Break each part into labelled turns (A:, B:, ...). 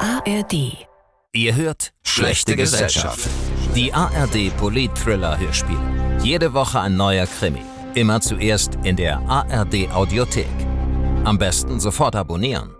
A: ARD.
B: Ihr hört Schlechte Gesellschaft. Die ARD Polit-Thriller Hörspiel. Jede Woche ein neuer Krimi. Immer zuerst in der ARD Audiothek. Am besten sofort abonnieren.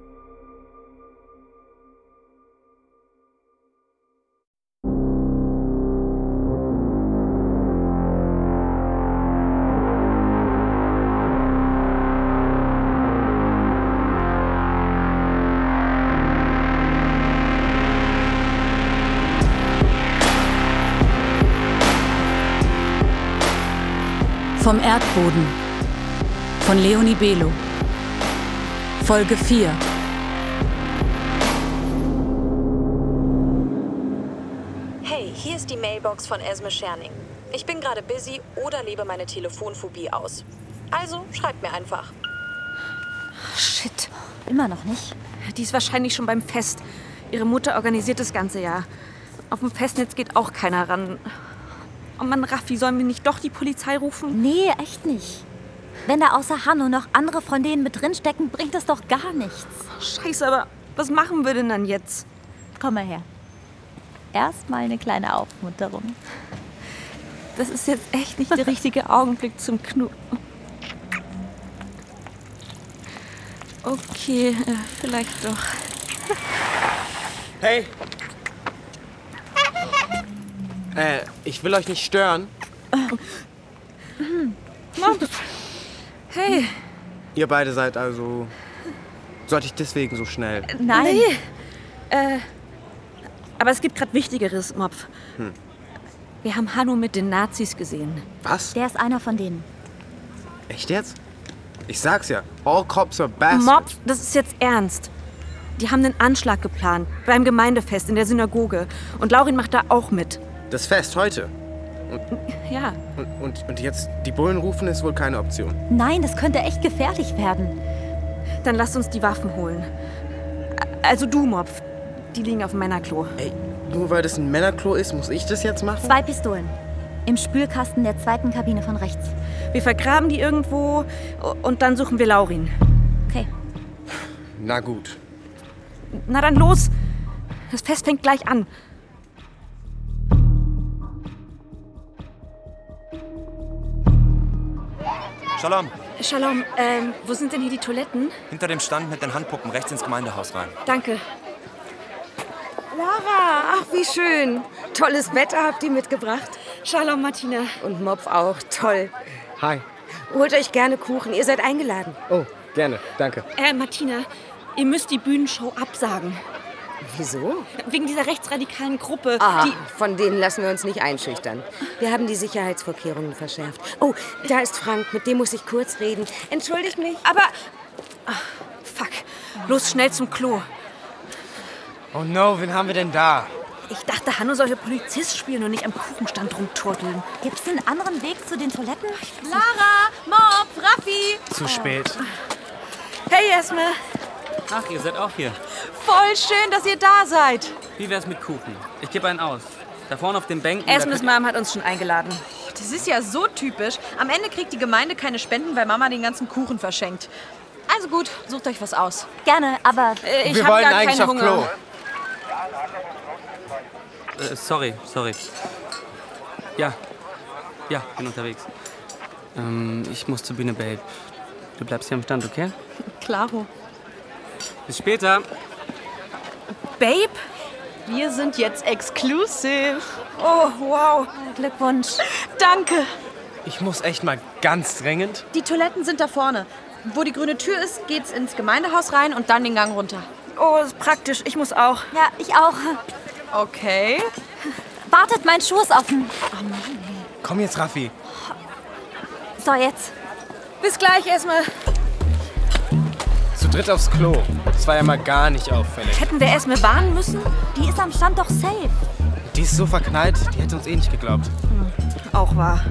C: Vom Erdboden von Leonie Belo Folge 4
D: Hey, hier ist die Mailbox von Esme Scherning. Ich bin gerade busy oder lebe meine Telefonphobie aus. Also schreibt mir einfach.
E: Shit. Immer noch nicht?
F: Die ist wahrscheinlich schon beim Fest. Ihre Mutter organisiert das ganze Jahr. Auf dem Festnetz geht auch keiner ran. Oh Mann, Raffi, sollen wir nicht doch die Polizei rufen?
E: Nee, echt nicht. Wenn da außer Hanno noch andere Freundinnen mit drinstecken, bringt das doch gar nichts.
F: Scheiße, aber was machen wir denn dann jetzt?
E: Komm mal her. Erstmal eine kleine Aufmunterung.
F: Das ist jetzt echt nicht der richtige Augenblick zum Knu. Okay, äh, vielleicht doch.
G: Hey! Äh, ich will euch nicht stören.
F: Hey,
G: Ihr beide seid also. Sollte ich deswegen so schnell?
E: Nein.
F: Nee. Äh, aber es gibt gerade Wichtigeres, Mopf. Wir haben Hanno mit den Nazis gesehen.
G: Was?
E: Der ist einer von denen.
G: Echt jetzt? Ich sag's ja. All cops are bastards.
F: Mopf, das ist jetzt ernst. Die haben einen Anschlag geplant beim Gemeindefest in der Synagoge. Und Laurin macht da auch mit.
G: Das Fest heute.
F: Ja,
G: Und, und, und jetzt die Bullen rufen ist wohl keine Option.
E: Nein, das könnte echt gefährlich werden.
F: dann lasst uns die Waffen holen. A- Also du, Mopf. Die liegen auf meiner Klo.
G: Ey, nur weil das ein Männerklo ist, muss ich das jetzt machen?
E: Zwei Pistolen. Im Spülkasten der zweiten Kabine von rechts.
F: Wir vergraben die irgendwo und dann suchen wir Laurin.
E: Okay.
G: Na gut.
F: Na dann los! Das Fest fängt gleich an.
H: Shalom,
F: Shalom, ähm, wo sind denn hier die Toiletten?
H: hinter dem Stand mit den Handpuppen rechts ins Gemeindehaus rein.
F: Danke.
I: Lara, ach wie schön. Tolles Wetter habt ihr mitgebracht.
F: Shalom, Martina.
I: Und Mopf auch, toll.
G: Hi.
I: Holt euch gerne Kuchen, ihr seid eingeladen.
G: Oh, gerne. Danke.
F: Äh, Martina, ihr müsst die Bühnenshow absagen.
I: Wieso?
F: Wegen dieser rechtsradikalen Gruppe.
I: Ah,
F: Die,
I: von denen lassen wir uns nicht einschüchtern. Wir haben die Sicherheitsvorkehrungen verschärft. Oh, da ist Frank, mit dem muss ich kurz reden. Entschuldigt mich.
F: aber. Ah, fuck. Los, schnell zum Klo.
G: Oh no, wen haben wir denn da?
F: Ich dachte, Hanno sollte Polizist spielen und nicht am Kuchenstand rumturteln.
E: Gibt's einen anderen Weg zu den Toiletten?
D: Lara, Mop, Raffi.
G: Zu spät.
F: Hey, Esme.
J: Ach, ihr seid auch hier.
D: Voll schön, dass ihr da seid.
J: Wie wär's mit Kuchen? Ich gebe einen aus. Da vorne auf den Bänken.
F: Esmes
J: da
F: Mom hat uns schon eingeladen.
D: Das ist ja so typisch. Am Ende kriegt die Gemeinde keine Spenden, weil Mama den ganzen Kuchen verschenkt. Also gut, sucht euch was aus.
E: Gerne, aber
F: Äh, ich
G: wir
F: hab
G: wollen
F: gar
G: eigentlich
F: keinen
G: auf Klo.
F: Hunger.
J: äh, sorry, sorry. Ja. Ja, bin unterwegs. Ähm, ich muss zur Bühne, Babe. Du bleibst hier am Stand, okay?
D: Klaro.
J: Bis später.
F: Babe?
D: Wir sind jetzt exclusive.
F: Oh, wow.
E: Glückwunsch.
D: Danke.
G: Ich muss echt mal ganz dringend.
D: Die Toiletten sind da vorne. Wo die grüne Tür ist, geht's ins Gemeindehaus rein und dann den Gang runter.
F: Oh, ist praktisch. Ich muss auch.
E: Ja, ich auch.
D: Okay.
E: Wartet, mein Schuh ist offen.
G: Komm jetzt, Raffi.
E: So, jetzt.
F: Bis gleich, Esme.
G: Zu dritt aufs Klo. Das war ja mal gar nicht auffällig.
F: Hätten wir Esme warnen müssen?
E: Die ist am Stand doch safe.
G: Die ist so verknallt, die hätte uns eh nicht geglaubt.
F: Auch wahr.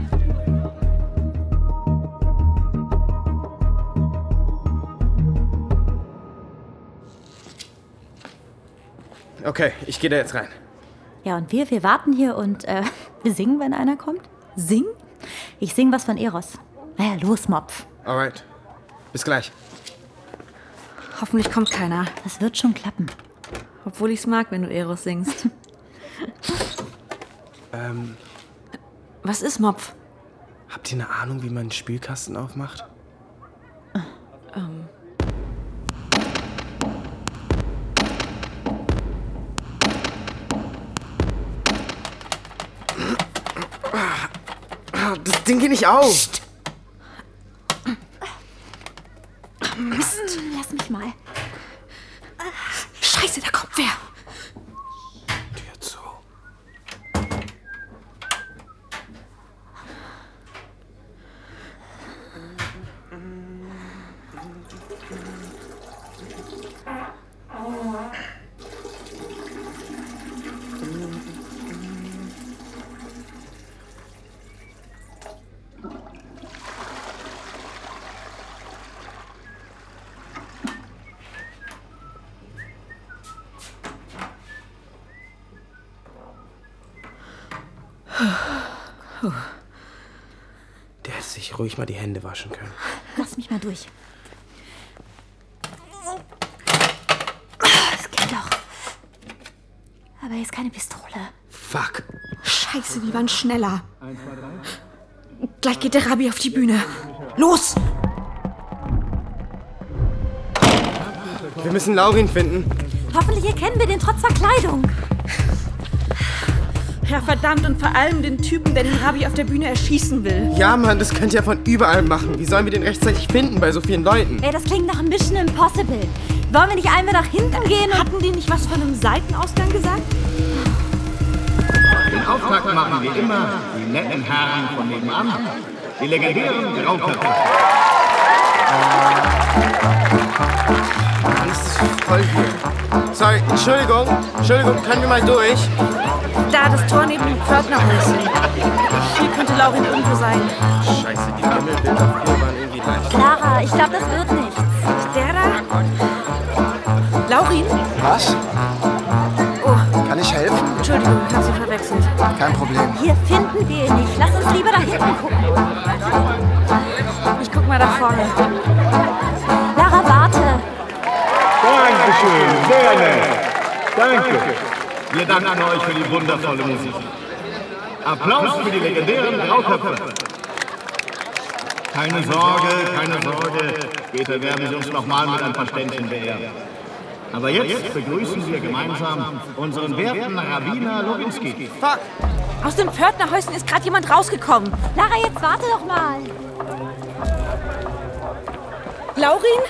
G: Okay, ich gehe da jetzt rein.
E: Ja, und wir, wir warten hier und äh, wir singen, wenn einer kommt. Singen? Ich sing was von Eros. Na ja, los, Mopf.
G: Alright. Bis gleich.
F: Hoffentlich kommt keiner.
E: Das wird schon klappen.
F: Obwohl ich's mag, wenn du Eros singst.
G: Ähm,
F: Was ist Mopf?
G: habt ihr eine Ahnung, wie man einen Spülkasten aufmacht? Ah, Das Ding geht nicht auf.
E: Lass mich mal.
F: Scheiße, da kommt wer!
G: Tür zu. Der hätte sich ruhig mal die Hände waschen können.
E: Lass mich mal durch. Das geht doch. Aber jetzt keine Pistole.
G: Fuck.
F: Scheiße, die waren schneller. Gleich geht der Rabbi auf die Bühne. Los!
G: Wir müssen Laurin finden.
E: Hoffentlich erkennen wir den trotz Verkleidung.
F: Ja, verdammt, und vor allem den Typen, der den Rabbi auf der Bühne erschießen will.
G: Ja, Mann, das könnt ihr von überall machen. Wie sollen wir den rechtzeitig finden bei so vielen Leuten?
E: Ey, das klingt nach Mission Impossible. Wollen wir nicht einmal nach hinten gehen und...
F: Hatten die nicht was von einem Seitenausgang gesagt?
A: Den Auftrag machen wie immer die netten Herren von nebenan, die legendären Grauköpfe.
G: Mann, das ist voll gut. Sorry, Entschuldigung. Entschuldigung, können wir mal durch?
F: Da, das Tor neben dem Pförtnerhaus. Hier könnte Laurin irgendwo sein.
G: Scheiße, die Himmelbilder früher waren irgendwie leicht.
E: Lara, ich glaube, das wird nichts.
F: Ist der da? Laurin?
A: Was?
G: Oh.
A: Kann ich helfen?
F: Entschuldigung, ich hab sie verwechselt.
A: Kein Problem.
E: Hier finden wir ihn nicht. Lass uns lieber nach hinten gucken.
F: Ich guck mal da vorne.
E: Lara, warte.
A: Dankeschön, gerne. Danke. Wir danken euch für die wundervolle Musik. Applaus für die legendären Grauköpfe. Keine Sorge, keine Sorge. Später werden sie uns nochmal mit ein paar Ständchen beehren. Aber jetzt begrüßen wir gemeinsam unseren werten Rabbiner Lowinski.
F: Aus dem Pförtnerhäuschen ist gerade jemand rausgekommen.
E: Lara, jetzt warte doch mal.
F: Laurin?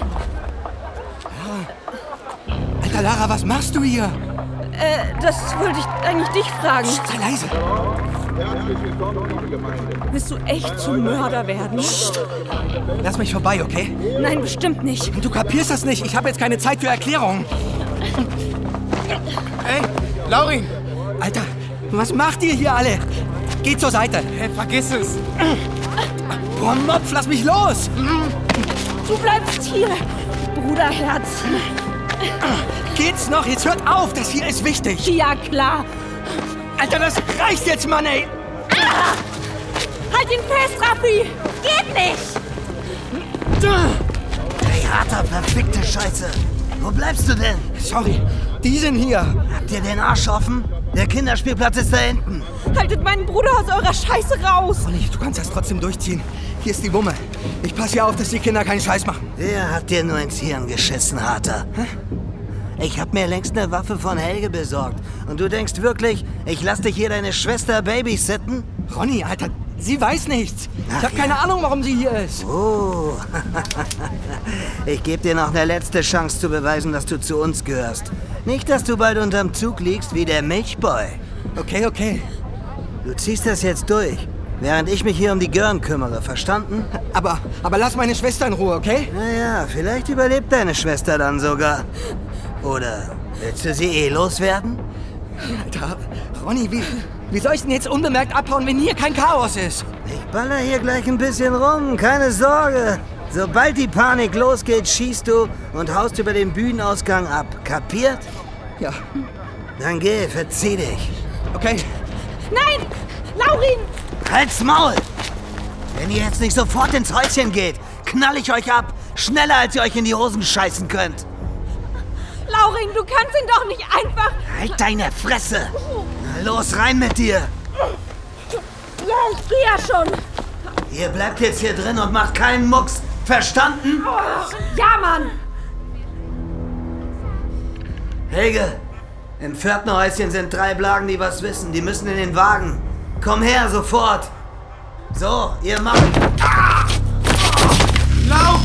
A: Alter Lara, was machst du hier?
F: Das wollte ich eigentlich dich fragen.
A: Sei leise.
F: Willst du echt zum Mörder werden?
A: Lass mich vorbei, okay?
F: Nein, bestimmt nicht.
A: Du kapierst das nicht. Ich habe jetzt keine Zeit für Erklärungen.
G: Ey, Laurin,
A: Alter, was macht ihr hier alle? Geht zur Seite.
G: ey, vergiss es.
A: Boah, Mopf, lass mich los!
F: Du bleibst hier, Bruderherz.
A: Geht's noch? Jetzt hört auf, das hier ist wichtig.
F: Ja, klar.
A: Alter, das reicht jetzt, Mann, ey!
F: Halt ihn fest, Raffi! Geht nicht!
A: Theater, verfickte Scheiße. Wo bleibst du denn? Sorry, die sind hier. Habt ihr den Arsch offen? Der Kinderspielplatz ist da hinten.
F: Haltet meinen Bruder aus eurer Scheiße raus!
A: Olli, du kannst das trotzdem durchziehen. Hier ist die Wumme. Ich passe hier auf, dass die Kinder keinen Scheiß machen.
I: Wer hat dir nur ins Hirn geschissen, Harter? Ich hab mir längst eine Waffe von Helge besorgt. Und du denkst wirklich, ich lass dich hier deine Schwester babysitten?
A: Ronny, Alter, sie weiß nichts. Ich habe keine Ahnung, warum sie hier ist.
I: Oh. ich gebe dir noch eine letzte Chance zu beweisen, dass du zu uns gehörst. Nicht, dass du bald unterm Zug liegst wie der Milchboy.
A: Okay, okay.
I: Du ziehst das jetzt durch, während ich mich hier um die Görn kümmere, verstanden?
A: Aber, aber lass meine Schwester in Ruhe, okay?
I: Naja, vielleicht überlebt deine Schwester dann sogar. Oder willst du sie eh loswerden?
A: Alter, Ronny, wie, wie soll ich denn jetzt unbemerkt abhauen, wenn hier kein Chaos ist?
I: Ich baller hier gleich ein bisschen rum, keine Sorge. Sobald die Panik losgeht, schießt du und haust über den Bühnenausgang ab. Kapiert?
A: Ja,
I: Dann geh, verzieh dich.
A: okay.
F: Nein! Laurin!
I: Halt's Maul! Wenn ihr jetzt nicht sofort ins Häuschen geht, knall ich euch ab. Schneller, als ihr euch in die Hosen scheißen könnt.
F: Laurin, du kannst ihn doch nicht einfach.
I: Halt deine Fresse! Na los, rein mit dir!
F: Ja, ich geh ja schon.
I: Ihr bleibt jetzt hier drin und macht keinen Mucks! Verstanden?
F: Ja, Mann.
I: Helge, im Pförtnerhäuschen sind drei Blagen, die was wissen. Die müssen in den Wagen. Komm her, sofort! So, ihr macht.
G: Lauf!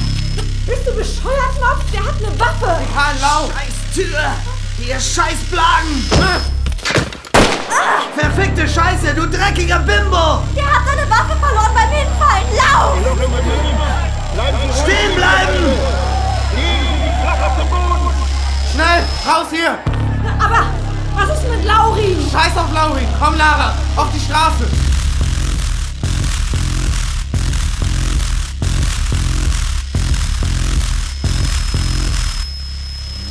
F: Bist du bescheuert, Mops? Der hat eine Waffe.
G: Ja, lauf!
I: Scheiß Tür! Ihr scheiß Blagen! Verfickte Scheiße, du dreckiger Bimbo!
F: Der hat seine Waffe verloren beim Hinfallen. Lauf!
I: Stehen bleiben!
G: Schnell! Raus hier!
F: Aber was ist mit Laurin?
G: Scheiß auf Laurin! Komm, Lara! Auf die Straße!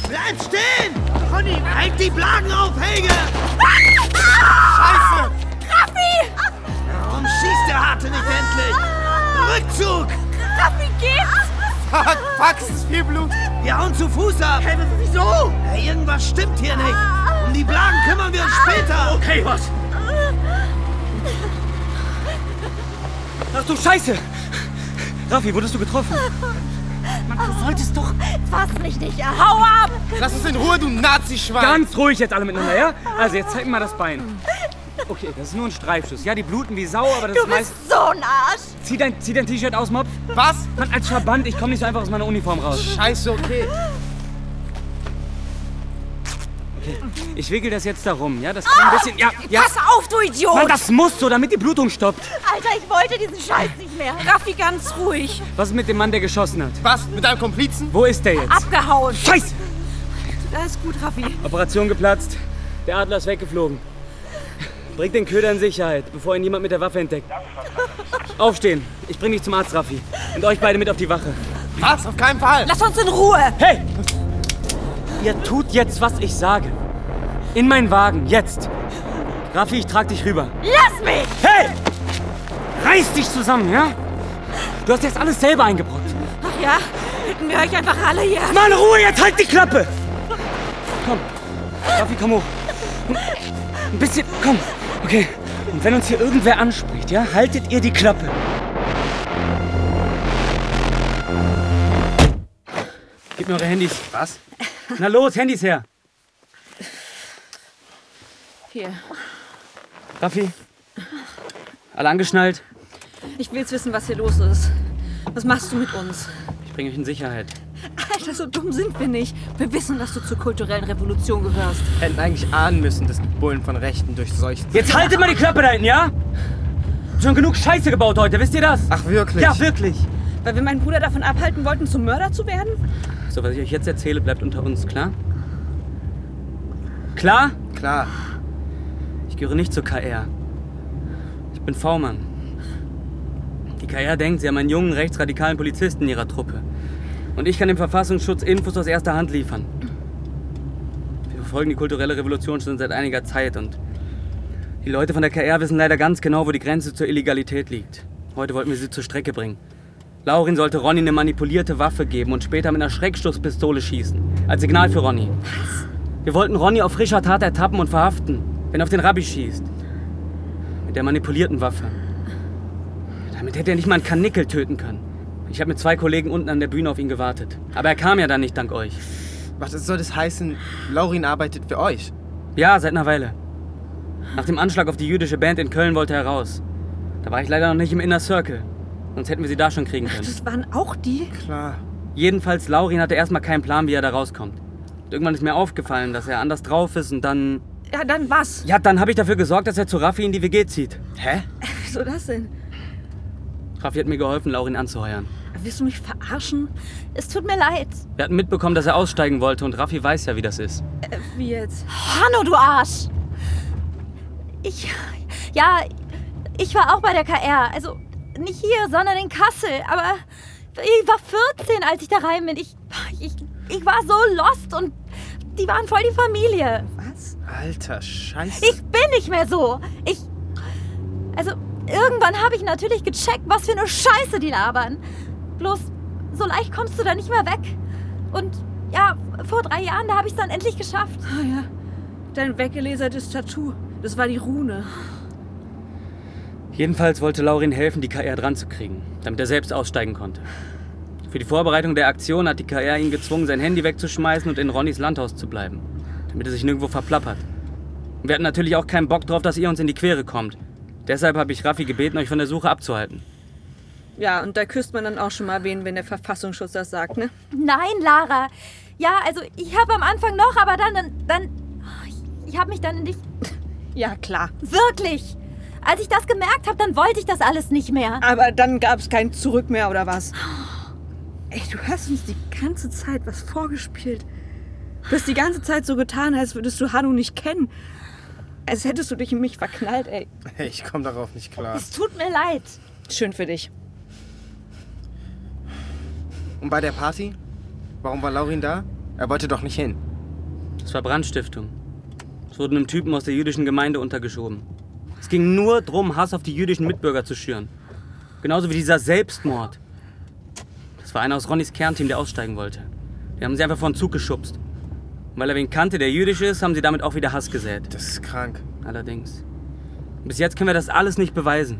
I: Bleib stehen! Conny, halt die Blagen auf, Helge!
G: Scheiße!
F: Raffi!
I: Warum schießt der Harte nicht endlich? Rückzug!
F: Raffi, geht's?
G: Fuck, fuck, es ist viel Blut!
I: Wir hauen zu Fuß ab! Hey, wieso? Hey, irgendwas stimmt hier nicht! Um die Blagen kümmern wir uns später!
J: Okay, was? Ach du Scheiße! Raffi, wurdest du getroffen?
E: Fass mich nicht an.
F: Hau ab!
G: Lass uns in Ruhe, du Nazi-Schwein!
J: Ganz ruhig jetzt alle miteinander, ja? Also jetzt zeig mir mal das Bein. Okay, das ist nur ein Streifschuss. Ja, die bluten wie Sau, aber das
E: Du
J: ist meist...
E: bist so ein Arsch.
J: Zieh dein, zieh dein T-Shirt aus, Mob.
G: Was?
J: Mann, als Verband, ich komme nicht so einfach aus meiner Uniform raus.
G: Scheiße, okay.
J: Ich wickel das jetzt darum, ja? Das kann ein bisschen...
E: Ah,
J: Ja, ja.
F: Pass auf, du Idiot!
J: Mann, das musst du, damit die Blutung stoppt.
E: Alter, ich wollte diesen Scheiß nicht mehr.
F: Raffi, ganz ruhig.
J: Was ist mit dem Mann, der geschossen hat?
G: Was? Mit deinem Komplizen?
J: Wo ist der jetzt?
F: Abgehauen.
J: Scheiße!
F: Alles gut, Raffi.
J: Operation geplatzt. Der Adler ist weggeflogen. Bringt den Köder in Sicherheit, bevor ihn jemand mit der Waffe entdeckt. Aufstehen. Ich bring dich zum Arzt, Raffi. Und euch beide mit auf die Wache.
G: Was? Auf keinen Fall!
F: Lass uns in Ruhe.
J: Hey! Ihr tut jetzt, was ich sage. In meinen Wagen, jetzt. Raffi, ich trag dich rüber.
F: Lass mich!
J: Hey! Reiß dich zusammen, ja? Du hast jetzt alles selber eingebrockt.
F: Ach ja, hätten wir euch einfach alle hier.
J: Mann, Ruhe, jetzt halt die Klappe! Komm, Raffi, komm hoch. Ein bisschen, komm. Okay, und wenn uns hier irgendwer anspricht, ja, haltet ihr die Klappe. Gebt mir eure Handys.
G: Was?
J: Na los, Handys her.
F: Hier,
J: Raffi, alle angeschnallt.
F: ich will's wissen, was hier los ist. Was machst du mit uns?
J: Ich bringe euch in Sicherheit.
F: Alter, so dumm sind wir nicht. Wir wissen, dass du zur kulturellen Revolution gehörst.
G: Hätten eigentlich ahnen müssen, dass die Bullen von Rechten durchseucht sind.
J: Jetzt haltet mal die Klappe da hinten, ja? Schon genug Scheiße gebaut heute, wisst ihr das?
G: Ach, wirklich?
J: Ja, wirklich.
F: Weil wir meinen Bruder davon abhalten wollten, zum Mörder zu werden?
J: So, was ich euch jetzt erzähle, bleibt unter uns, klar? Klar?
G: Klar.
J: Ich gehöre nicht zur KR. Ich bin V-Mann. Die KR denkt, sie haben einen jungen rechtsradikalen Polizisten in ihrer Truppe. Und ich kann dem Verfassungsschutz Infos aus erster Hand liefern. Wir verfolgen die kulturelle Revolution schon seit einiger Zeit und die Leute von der KR wissen leider ganz genau, wo die Grenze zur Illegalität liegt. Heute wollten wir sie zur Strecke bringen. Laurin sollte Ronny eine manipulierte Waffe geben und später mit einer Schreckschusspistole schießen. Als Signal für Ronny. Wir wollten Ronny auf frischer Tat ertappen und verhaften, wenn er auf den Rabbi schießt. Mit der manipulierten Waffe. Damit hätte er nicht mal einen Kanickel töten können. Ich habe mit zwei Kollegen unten an der Bühne auf ihn gewartet. Aber er kam ja dann nicht dank euch.
G: Was soll das heißen? Laurin arbeitet für euch.
J: Ja, seit einer Weile. Nach dem Anschlag auf die jüdische Band in Köln wollte er raus. Da war ich leider noch nicht im Inner Circle. Sonst hätten wir sie da schon kriegen können.
F: Das waren auch die?
G: Klar.
J: Jedenfalls, Laurin hatte erstmal keinen Plan, wie er da rauskommt. Irgendwann ist mir aufgefallen, dass er anders drauf ist und dann.
F: Ja, dann was?
J: Ja, dann habe ich dafür gesorgt, dass er zu Raffi in die WG zieht.
G: Hä?
F: Wieso das denn?
J: Raffi hat mir geholfen, Laurin anzuheuern.
F: Willst du mich verarschen?
E: Es tut mir leid.
J: Wir hatten mitbekommen, dass er aussteigen wollte und Raffi weiß ja, wie das ist.
F: Äh, wie jetzt?
E: Hanno, du Arsch! Ich. Ja, ich war auch bei der KR. Also nicht hier, sondern in Kassel. Aber ich war 14, als ich da rein bin. Ich, ich, ich war so lost und die waren voll die Familie.
F: Was?
G: Alter, scheiße.
E: Ich bin nicht mehr so. Ich. Also, irgendwann habe ich natürlich gecheckt, was für eine Scheiße die labern. Bloß, so leicht kommst du da nicht mehr weg. Und Ja, vor drei Jahren, da habe ich es dann endlich geschafft.
F: Ah ja, dein weggelesertes Tattoo. Das war die Rune.
J: Jedenfalls wollte Laurin helfen, die KR dran zu kriegen, damit er selbst aussteigen konnte. Für die Vorbereitung der Aktion hat die KR ihn gezwungen, sein Handy wegzuschmeißen und in Ronnys Landhaus zu bleiben, damit er sich nirgendwo verplappert. Und wir hatten natürlich auch keinen Bock drauf, dass ihr uns in die Quere kommt. Deshalb habe ich Raffi gebeten, euch von der Suche abzuhalten.
F: Ja, und da küsst man dann auch schon mal wen, wenn der Verfassungsschutz das sagt, ne?
E: Nein, Lara. Ja, also ich habe am Anfang noch, aber dann, dann, dann oh, ich, ich habe mich dann nicht.
F: Ja, klar.
E: Wirklich. Als ich das gemerkt habe, dann wollte ich das alles nicht mehr.
F: Aber dann gab es kein Zurück mehr, oder was? Ey, du hast uns die ganze Zeit was vorgespielt. Du hast die ganze Zeit so getan, als würdest du Hanu nicht kennen. Als hättest du dich in mich verknallt, ey.
G: Ich komme darauf nicht klar.
E: Es tut mir leid.
F: Schön für dich.
G: Und bei der Party? Warum war Laurin da? Er wollte doch nicht hin.
J: Das war Brandstiftung. Es wurde einem Typen aus der jüdischen Gemeinde untergeschoben. Es ging nur darum, Hass auf die jüdischen Mitbürger zu schüren. Genauso wie dieser Selbstmord. Das war einer aus Ronnys Kernteam, der aussteigen wollte. Die haben sie einfach vor den Zug geschubst. Und weil er wen kannte, der jüdisch ist, haben sie damit auch wieder Hass gesät.
G: Das ist krank.
J: Allerdings. Bis jetzt können wir das alles nicht beweisen.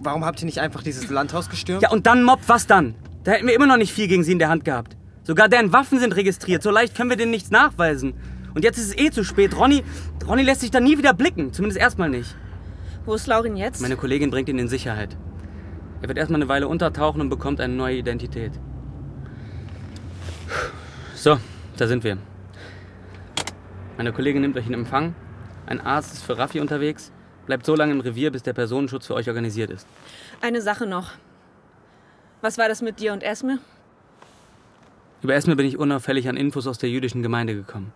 G: Warum habt ihr nicht einfach dieses Landhaus gestürmt?
J: Ja, und dann Mob, was dann? Da hätten wir immer noch nicht viel gegen sie in der Hand gehabt. Sogar deren Waffen sind registriert. So leicht können wir denen nichts nachweisen. Und jetzt ist es eh zu spät. Ronny, Ronny lässt sich da nie wieder blicken. Zumindest erstmal nicht.
F: Wo ist Laurin jetzt?
J: Meine Kollegin bringt ihn in Sicherheit. Er wird erstmal eine Weile untertauchen und bekommt eine neue Identität. So, da sind wir. Meine Kollegin nimmt euch in Empfang. Ein Arzt ist für Raffi unterwegs. Bleibt so lange im Revier, bis der Personenschutz für euch organisiert ist.
F: Eine Sache noch. Was war das mit dir und Esme?
J: Über Esme bin ich unauffällig an Infos aus der jüdischen Gemeinde gekommen.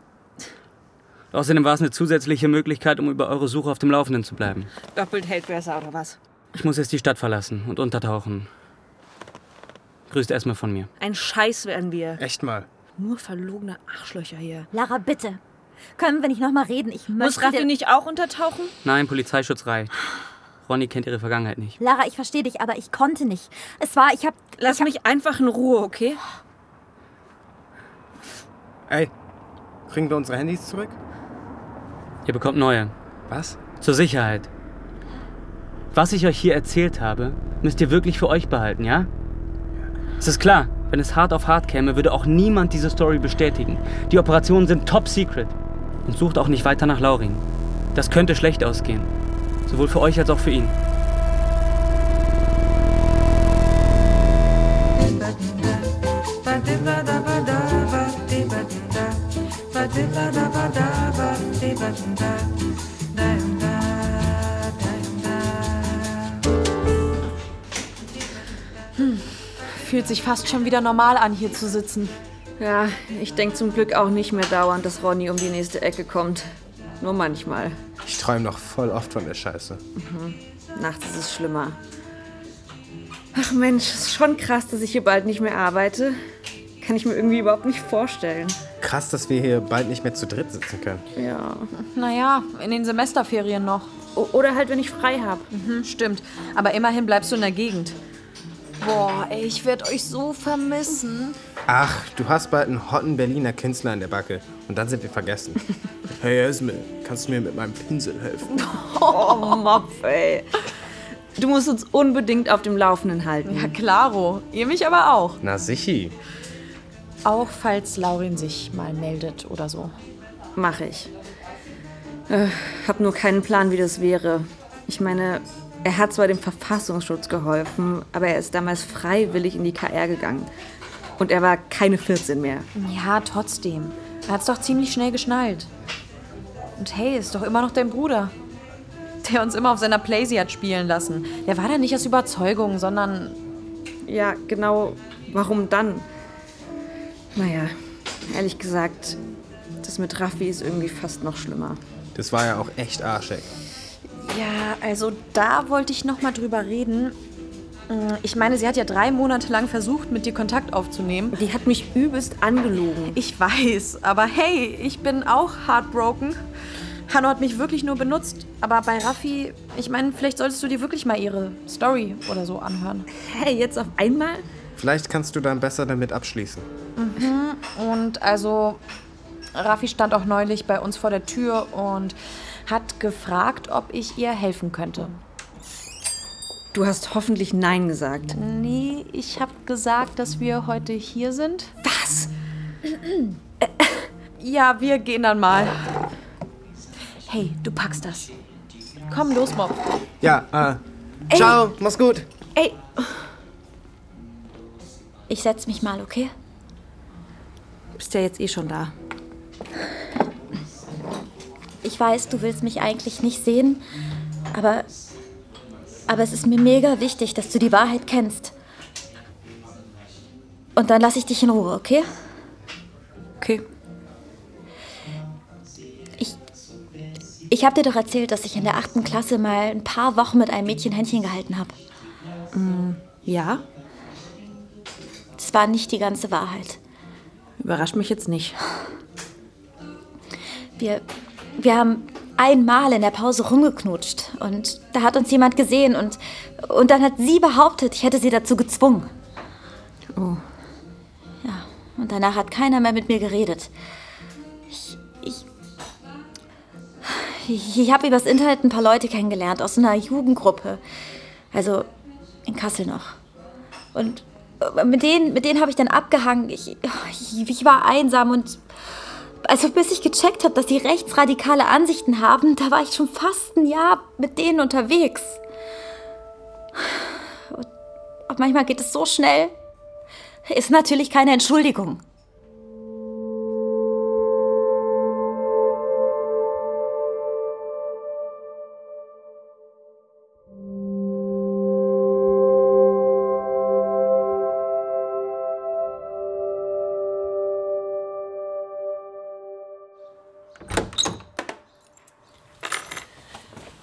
J: Außerdem war es eine zusätzliche Möglichkeit, um über eure Suche auf dem Laufenden zu bleiben.
F: Doppelt hält besser, oder was?
J: Ich muss jetzt die Stadt verlassen und untertauchen. Grüßt Esme von mir.
F: Ein Scheiß werden wir.
G: Echt mal.
F: Nur verlogene Arschlöcher hier.
E: Lara, bitte. Können wir nicht nochmal reden? Ich möchte.
F: Muss Raffi nicht auch untertauchen?
J: Nein, Polizeischutz reicht. Ronny kennt ihre Vergangenheit nicht.
E: Lara, ich verstehe dich, aber ich konnte nicht. Es war, ich hab.
F: Lass
E: ich hab-
F: mich einfach in Ruhe, okay?
G: Ey, kriegen wir unsere Handys zurück?
J: Ihr bekommt neue.
G: Was?
J: Zur Sicherheit. Was ich euch hier erzählt habe, müsst ihr wirklich für euch behalten, ja? Es ist klar, wenn es hart auf hart käme, würde auch niemand diese Story bestätigen. Die Operationen sind top secret. Und sucht auch nicht weiter nach Lauring. Das könnte schlecht ausgehen. Sowohl für euch als auch für ihn.
K: Fühlt sich fast schon wieder normal an, hier zu sitzen.
F: Ja, ich denke zum Glück auch nicht mehr dauernd, dass Ronny um die nächste Ecke kommt. Nur manchmal.
G: Ich träume noch voll oft von der Scheiße.
F: Mhm. Nachts ist es schlimmer. Ach Mensch, ist schon krass, dass ich hier bald nicht mehr arbeite. Kann ich mir irgendwie überhaupt nicht vorstellen.
G: Krass, dass wir hier bald nicht mehr zu dritt sitzen können.
F: Ja.
K: Naja, in den Semesterferien noch.
F: oder halt, wenn ich frei habe.
K: Mhm, stimmt. Aber immerhin bleibst du in der Gegend. Boah, ey, ich werd euch so vermissen.
G: Ach, du hast bald einen hotten Berliner Künstler an der Backe. Und dann sind wir vergessen. hey Esme, kannst du mir mit meinem Pinsel helfen?
F: Oh, Mopf, ey. Du musst uns unbedingt auf dem Laufenden halten.
K: Ja, klaro. Ihr mich aber auch.
G: Na sichi.
K: Auch falls Laurin sich mal meldet oder so.
F: Mach ich. Äh, hab nur keinen Plan, wie das wäre. Ich meine, er hat zwar dem Verfassungsschutz geholfen, aber er ist damals freiwillig in die KR gegangen. Und er war keine 14 mehr.
K: Ja, trotzdem. Er hat's doch ziemlich schnell geschnallt. Und hey, ist doch immer noch dein Bruder. Der uns immer auf seiner Playsee hat spielen lassen. Der war da nicht aus Überzeugung, sondern.
F: Ja, genau. Warum dann? Naja, ehrlich gesagt, das mit Raffi ist irgendwie fast noch schlimmer.
G: Das war ja auch echt arschig.
K: Ja, also da wollte ich nochmal drüber reden. Hm, Ich meine, sie hat ja drei Monate lang versucht, mit dir Kontakt aufzunehmen.
F: Die hat mich übelst angelogen.
K: Ich weiß, aber hey, ich bin auch heartbroken. Hanno hat mich wirklich nur benutzt. Aber bei Raffi, ich meine, vielleicht solltest du dir wirklich mal ihre Story oder so anhören.
F: Hey, jetzt auf einmal?
G: Vielleicht kannst du dann besser damit abschließen.
F: Mhm. Und also, Raffi stand auch neulich bei uns vor der Tür und hat gefragt, ob ich ihr helfen könnte.
L: Du hast hoffentlich Nein gesagt.
F: Nee, ich habe gesagt, dass wir heute hier sind. Was? Ja, wir gehen dann mal. Hey, du packst das. Komm los, Mob.
G: Ja, äh.
E: Ey.
G: Ciao, mach's gut.
E: Ey. Ich setz mich mal, okay?
L: Bist ja jetzt eh schon da.
E: Ich weiß, du willst mich eigentlich nicht sehen, aber. Aber es ist mir mega wichtig, dass du die Wahrheit kennst. Und dann lasse ich dich in Ruhe, okay?
L: Okay.
E: Ich. Ich habe dir doch erzählt, dass ich in der achten Klasse mal ein paar Wochen mit einem Mädchen Händchen gehalten habe.
L: Mm, ja,
E: Das war nicht die ganze Wahrheit.
L: überrascht mich jetzt nicht.
E: Wir, wir haben einmal in der Pause rumgeknutscht und da hat uns jemand gesehen und, und dann hat sie behauptet, ich hätte sie dazu gezwungen.
L: Oh.
E: Ja, und danach hat keiner mehr mit mir geredet. Ich, ich, ich habe übers Internet ein paar Leute kennengelernt aus einer Jugendgruppe. Also in Kassel noch. Und äh, mit denen, mit denen habe ich dann abgehangen. Ich, ich, ich war einsam und also bis ich gecheckt habe, dass sie rechtsradikale Ansichten haben, da war ich schon fast ein Jahr mit denen unterwegs. Und- Aber manchmal geht es so schnell. Ist natürlich keine Entschuldigung.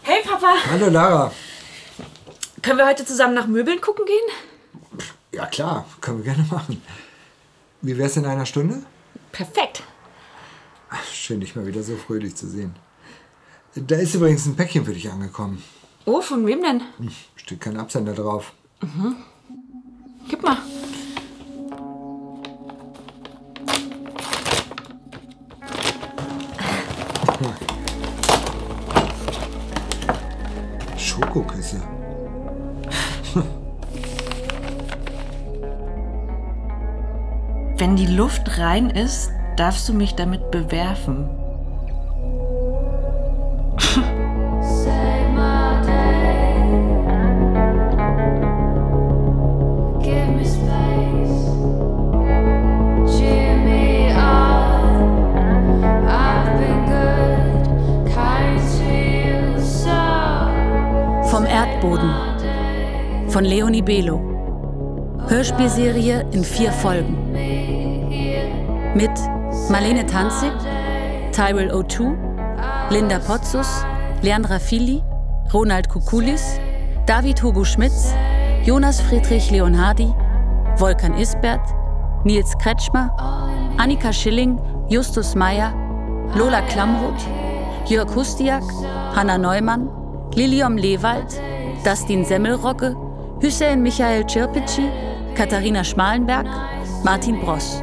F: Hey, Papa.
A: Hallo Lara.
F: Können wir heute zusammen nach Möbeln gucken gehen?
A: Ja klar, können wir gerne machen. Wie wär's in einer Stunde?
F: Perfekt.
A: Ach, Schön, dich mal wieder so fröhlich zu sehen. Da ist übrigens ein Päckchen für dich angekommen.
F: Oh, von wem denn?
A: Hm, Steht kein Absender drauf.
F: Mhm. Gib mal.
A: Schokoküsse.
L: Wenn die Luft rein ist, darfst du mich damit bewerfen.
C: Vom Erdboden von Leonie Belo. Hörspielserie in vier Folgen. Mit Marlene Tanzig, Tyrell O'Toole, Linda Potzus, Leandra Fili, Ronald Kukulis, David Hugo Schmitz, Jonas Friedrich Leonhardi, Volkan Isbert, Nils Kretschmer, Annika Schilling, Justus Meyer, Lola Klamroth, Jörg Hustiak, Hanna Neumann, Lilium Lewald, Dustin Semmelrocke, Hüseyin Michael Cirpici, Katharina Schmalenberg, Martin Bross.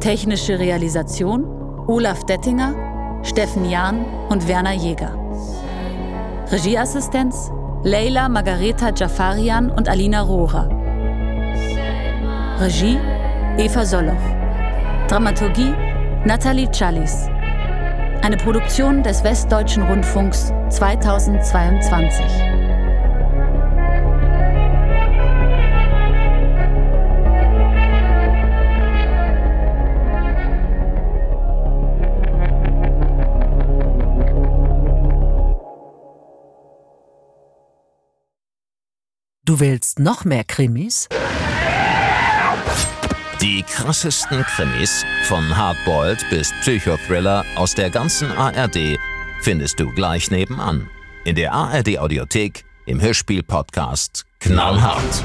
C: Technische Realisation Olaf Dettinger, Steffen Jahn und Werner Jäger. Regieassistenz Leila Margareta Jafarian und Alina Rohrer. Regie Eva Solloff. Dramaturgie Nathalie Challis. Eine Produktion des Westdeutschen Rundfunks 2022.
M: Du willst noch mehr Krimis?
B: Die krassesten Krimis von Hardboiled bis Psychothriller aus der ganzen ARD findest du gleich nebenan. In der ARD Audiothek im Hörspiel Podcast Knallhart.